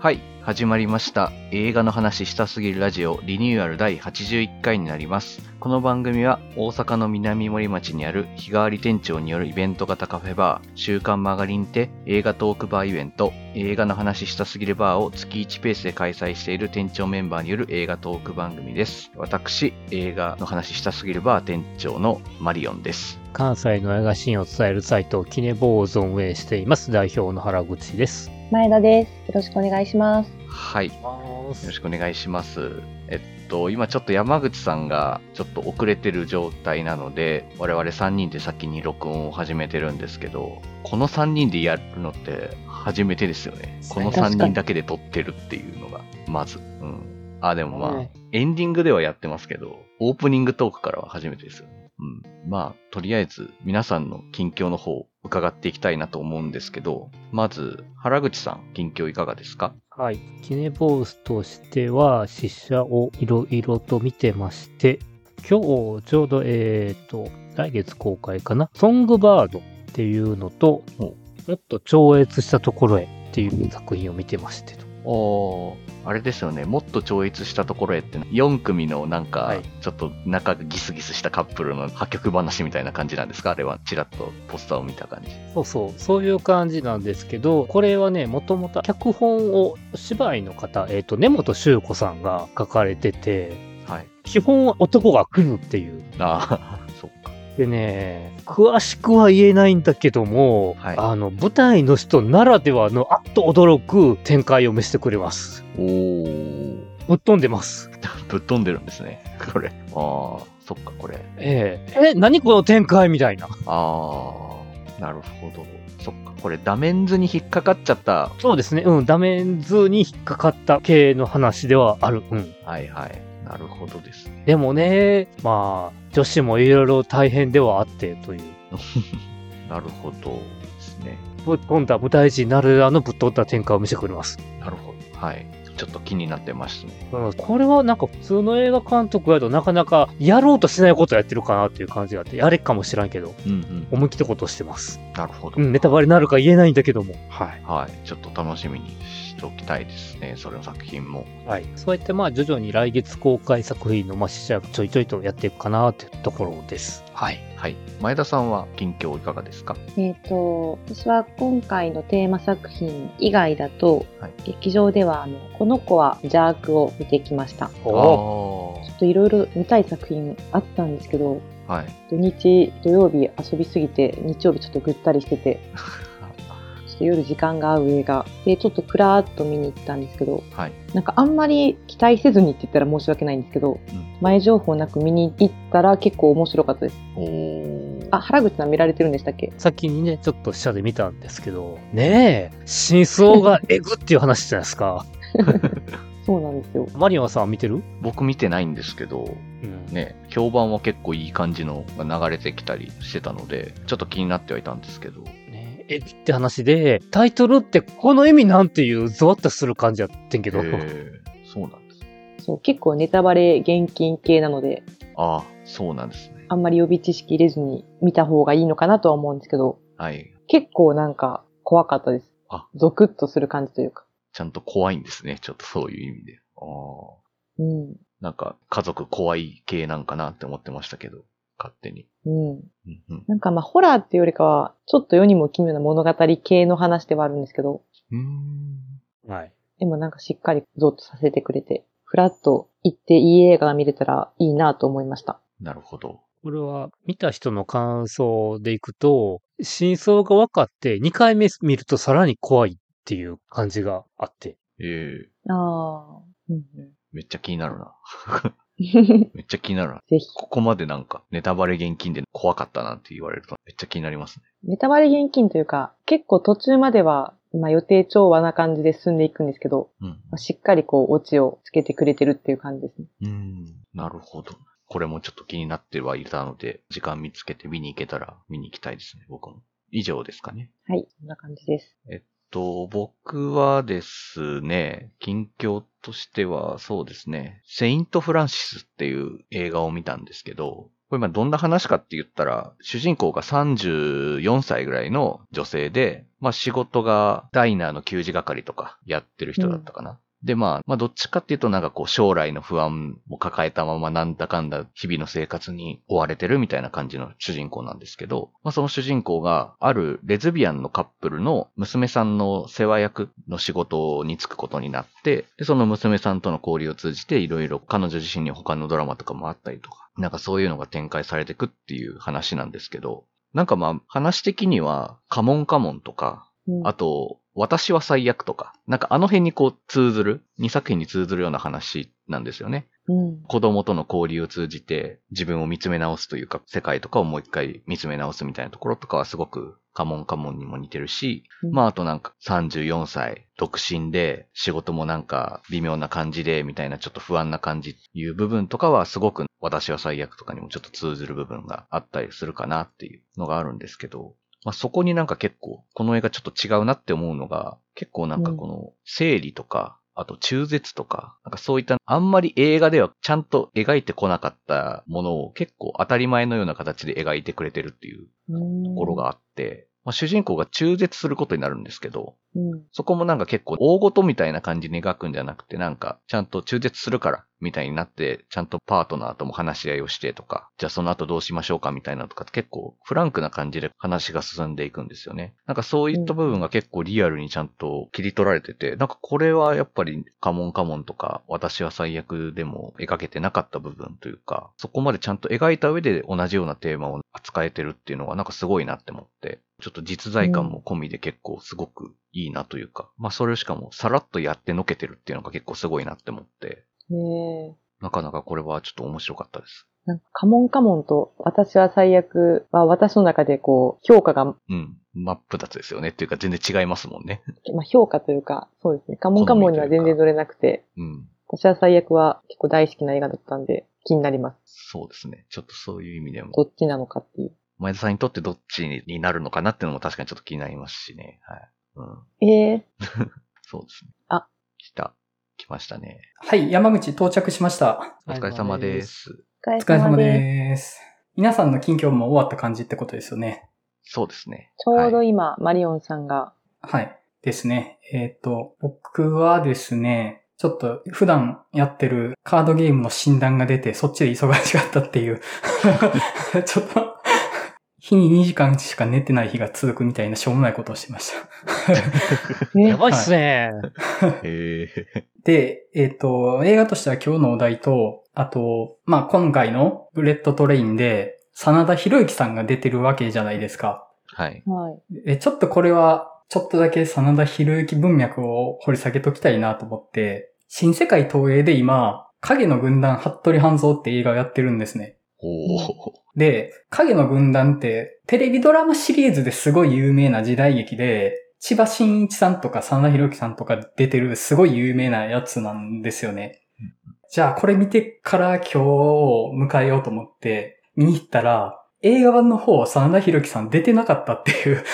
はい、始まりました。映画の話したすぎるラジオリニューアル第81回になります。この番組は大阪の南森町にある日替わり店長によるイベント型カフェバー、週刊マガリンテ映画トークバーイベント、映画の話したすぎるバーを月1ペースで開催している店長メンバーによる映画トーク番組です。私、映画の話したすぎるバー店長のマリオンです。関西の映画シーンを伝えるサイト、キネボーズを運営しています。代表の原口です。前田です。よろしくお願いします。はい。よよろしくお願いします。えっと、今ちょっと山口さんがちょっと遅れてる状態なので、我々3人で先に録音を始めてるんですけど、この3人でやるのって初めてですよね。この3確か人にだけで撮ってるっていうのが、まず。うん。あ、でもまあ、ねエンディングではやってますけど、オープニングトークからは初めてですよね。うん。まあ、とりあえず皆さんの近況の方伺っていきたいなと思うんですけど、まず、原口さん、近況いかがですかはい。キネボーズとしては、試写をいろいろと見てまして、今日、ちょうど、えっ、と、来月公開かな、ソングバードっていうのと、ほもっと超越したところへっていう作品を見てましてと。おーあれですよね、もっと超越したところへって、4組のなんはかい、ちょっと仲がギスギスしたカップルの破局話みたいな感じなんですかあれは、ちらっとポスターを見た感じ。そうそう、そういう感じなんですけど、これはね、もともと脚本を芝居の方、えっ、と、根本修子さんが書かれてて、はい。基本は男が来るっていう。ああ、 そっか。でね、詳しくは言えないんだけども、はいあの、舞台の人ならではのあっと驚く展開を見せてくれます。おー。ぶっ飛んでます。ぶっ飛んでるんですね、これ。ああ、そっか、これ。えええ、何この展開みたいな。ああ、なるほど。そっか、これ、ダメンズに引っかかっちゃった。そうですね。うん、ダメンズに引っかかった系の話ではある。うん。はいはい。なるほどですね。でもね、まあ、女子もいろいろ大変ではあってという。なるほどですね。ぶっ飛んだ舞台人ならではのぶっ飛んだ展開を見せてくれます。なるほど。はい。ちょっと気になってますね。うんこれはなんか普通の映画監督やとなかなかやろうとしないことやってるかなっていう感じがあって、やれっかもしらんけど、うんうん。思い切ったことをしてます。なるほど。うん、ネタバレになるか言えないんだけども。はい。はい。ちょっと楽しみにしておきたいですね。それの作品も。はい。そうやってまあ徐々に来月公開作品のまあ試写ちょいちょいとやっていくかなっていうところです。はい。はい。前田さんは近況いかがですかえっ、と、私は今回のテーマ作品以外だと、はい劇場ではあの、この子は邪悪を見てきました。ちあおょっといろいろ見たい作品あったんですけど、あ。はい。土日、土曜日遊びすぎて、日曜日ちょっとぐったりし てて、ちょっと夜時間が合う映画で、ちょっとふらーっと見に行ったんですけど、はい。なんかあんまり期待せずにって言ったら申し訳ないんですけど、うん前情報なく見に行ったら結構面白かったです。おーあ、原口さん見られてるんでしたっけ先にね、ちょっと試写で見たんですけど、ねえ、真相がえぐっていう話じゃないですか。そうなんですよ。マリオンさんは見てる僕見てないんですけど、うん。ね、評判は結構いい感じのが流れてきたりしてたので、ちょっと気になってはいたんですけど。ねえぐって話で、タイトルってこの意味なんていうゾワッとする感じやってんけへど。ーそうなんです。そう、結構ネタバレ現金系なので、ああ、そうなんですね。あんまり予備知識入れずに見た方がいいのかなとは思うんですけど、はい。結構なんか怖かったですあ。ゾクッとする感じというか。ちゃんと怖いんですね。ちょっとそういう意味で。ああ。うん。なんか、家族怖い系なんかなって思ってましたけど、勝手に。うん。うんうんなんかまあホラーっていうよりかは、ちょっと世にも奇妙な物語系の話ではあるんですけど、うーん。 はい。でもなんかしっかりゾッとさせてくれて、フラッと行っていい映画が見れたらいいなと思いました。なるほど。これは見た人の感想でいくと、真相が分かって2回目見るとさらに怖いっていう感じがあって。ええああ。うんうめっちゃ気になるな。ん、 めっちゃ気になるな。ぜひ。ここまでなんか、ネタバレ現金で怖かったなんて言われると、めっちゃ気になりますね。ネタバレ現金というか、結構途中までは、まあ予定調和な感じで進んでいくんですけど、うん。まあしっかりこう、オチをつけてくれてるっていう感じですね。うん。なるほど。これもちょっと気になってはいたので、時間見つけて見に行けたら見に行きたいですね、僕も。以上ですかね。はい、そんな感じです。と、僕はですね、近況としては、そうですね、セイント・フランシスっていう映画を見たんですけど、これ今どんな話かって言ったら、主人公が34歳ぐらいの女性で、まあ仕事がダイナーの給仕係とかやってる人だったかな。で、まあ、まあどっちかっていうとなんかこう将来の不安も抱えたままなんだかんだ日々の生活に追われてるみたいな感じの主人公なんですけど、まあその主人公があるレズビアンのカップルの娘さんの世話役の仕事に就くことになって、で、その娘さんとの交流を通じていろいろ彼女自身に他のドラマとかもあったりとか、なんかそういうのが展開されてくっていう話なんですけど、なんかまあ話的にはカモンカモンとか、うんあと、私は最悪とか、なんかあの辺にこう通ずる、2作品に通ずるような話なんですよね。うん子供との交流を通じて自分を見つめ直すというか、世界とかをもう一回見つめ直すみたいなところとかはすごくカモンカモンにも似てるし、うんまああとなんか34歳、独身で仕事もなんか微妙な感じでみたいなちょっと不安な感じっていう部分とかはすごく私は最悪とかにもちょっと通ずる部分があったりするかなっていうのがあるんですけど、まあ、そこになんか結構、この映画ちょっと違うなって思うのが、結構なんかこの生理とか、あと中絶とか、なんかそういったあんまり映画ではちゃんと描いてこなかったものを結構当たり前のような形で描いてくれてるっていうところがあって、まあ、主人公が中絶することになるんですけど、うんそこもなんか結構大ごとみたいな感じに描くんじゃなくて、なんかちゃんと中絶するからみたいになって、ちゃんとパートナーとも話し合いをしてとか、じゃあその後どうしましょうかみたいなのとか結構フランクな感じで話が進んでいくんですよね。なんかそういった部分が結構リアルにちゃんと切り取られてて、なんかこれはやっぱりカモンカモンとか私は最悪でも描けてなかった部分というか、そこまでちゃんと描いた上で同じようなテーマを扱えてるっていうのがなんかすごいなって思って。ちょっと実在感も込みで結構すごくいいなというか、まあそれをしかもさらっとやってのけてるっていうのが結構すごいなって思って、ねえなかなかこれはちょっと面白かったです。なんかカモンカモンと私は最悪は私の中でこう評価が、まうん。真っ二つですよねっていうか全然違いますもんね。 あ、評価というかそうですね。カモンカモンには全然乗れなくて、うん。私は最悪は結構大好きな映画だったんで気になります。そうですね。ちょっとそういう意味でもど、っちなのかっていう。前田さんにとってどっちになるのかなっていうのも確かにちょっと気になりますしね。はい。うん。ええそうですね。あ。来た。来ましたね。はい、山口到着しました。お疲れ様です。おお疲れ様です。皆さんの近況も終わった感じってことですよね。そうですね。ちょうどはい、今、マリオンさんが、はい。ですね。えっ、と、僕はですね、ちょっと普段やってるカードゲームの診断が出て、そっちで忙しかったっていう。 ちょっと、日に2時間しか寝てない日が続くみたいなしょうもないことをしてました。ねやばいっ すね。へえ。で、えっ、と、映画としては今日のお題と、あと、まあ、今回のブレッドトレインで、真田広之さんが出てるわけじゃないですか。 はい。はい。え、ちょっとこれは、ちょっとだけ真田広之文脈を掘り下げときたいなと思って、新世界東映で今、影の軍団、服部半蔵って映画をやってるんですね。おー。で、影の軍団って、テレビドラマシリーズですごい有名な時代劇で、千葉真一さんとか真田広之さんとか出てるすごい有名なやつなんですよね。じゃあこれ見てから今日を迎えようと思って、見に行ったら、映画版の方、真田広之さん出てなかったっていう。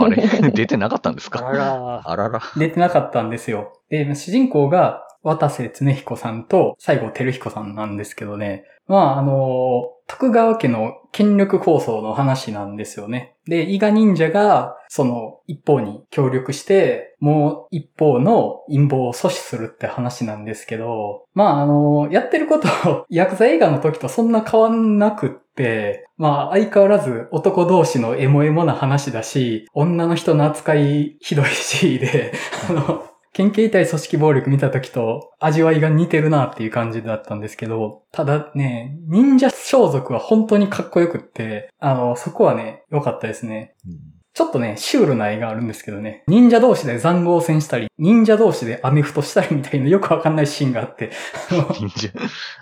あ れ 出てなかったんですあ。からあらら。出てなかったんですよ。で、主人公が渡瀬恒彦さんと西郷輝彦さんなんですけどね。まあ、あの、徳川家の権力構想の話なんですよね。で、伊賀忍者が、その、一方に協力して、もう一方の陰謀を阻止するって話なんですけど、まあ、あの、やってること を、ヤクザ映画の時とそんな変わんなくって、まあ、相変わらず男同士のエモエモな話だし、女の人の扱いひどいし、で、あの、県警対組織暴力見た時と味わいが似てるなっていう感じだったんですけど、ただね、忍者装束は本当にかっこよくって、あの、そこはね、良かったですね。 ちょっとね、シュールな絵があるんですけどね、忍者同士で残豪戦したり、忍者同士でアメフトしたりみたいなよくわかんないシーンがあって、あの忍者、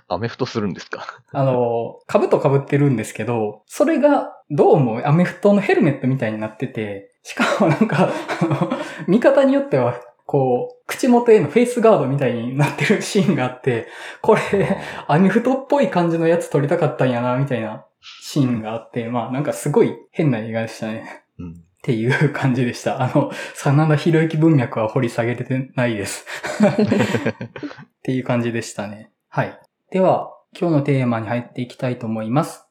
アメフトするんですかあの、兜被ってるんですけど、それがどうもアメフトのヘルメットみたいになってて、しかもなんか、あの、見方によっては、こう、口元へのフェイスガードみたいになってるシーンがあって、これ、アメフトっぽい感じのやつ撮りたかったんやな、みたいなシーンがあって、まあなんかすごい変な映画でしたね。うん。っていう感じでした。 あの、真田広之文脈は掘り下げれてないです。っていう感じでしたね。はい。では、今日のテーマに入っていきたいと思います。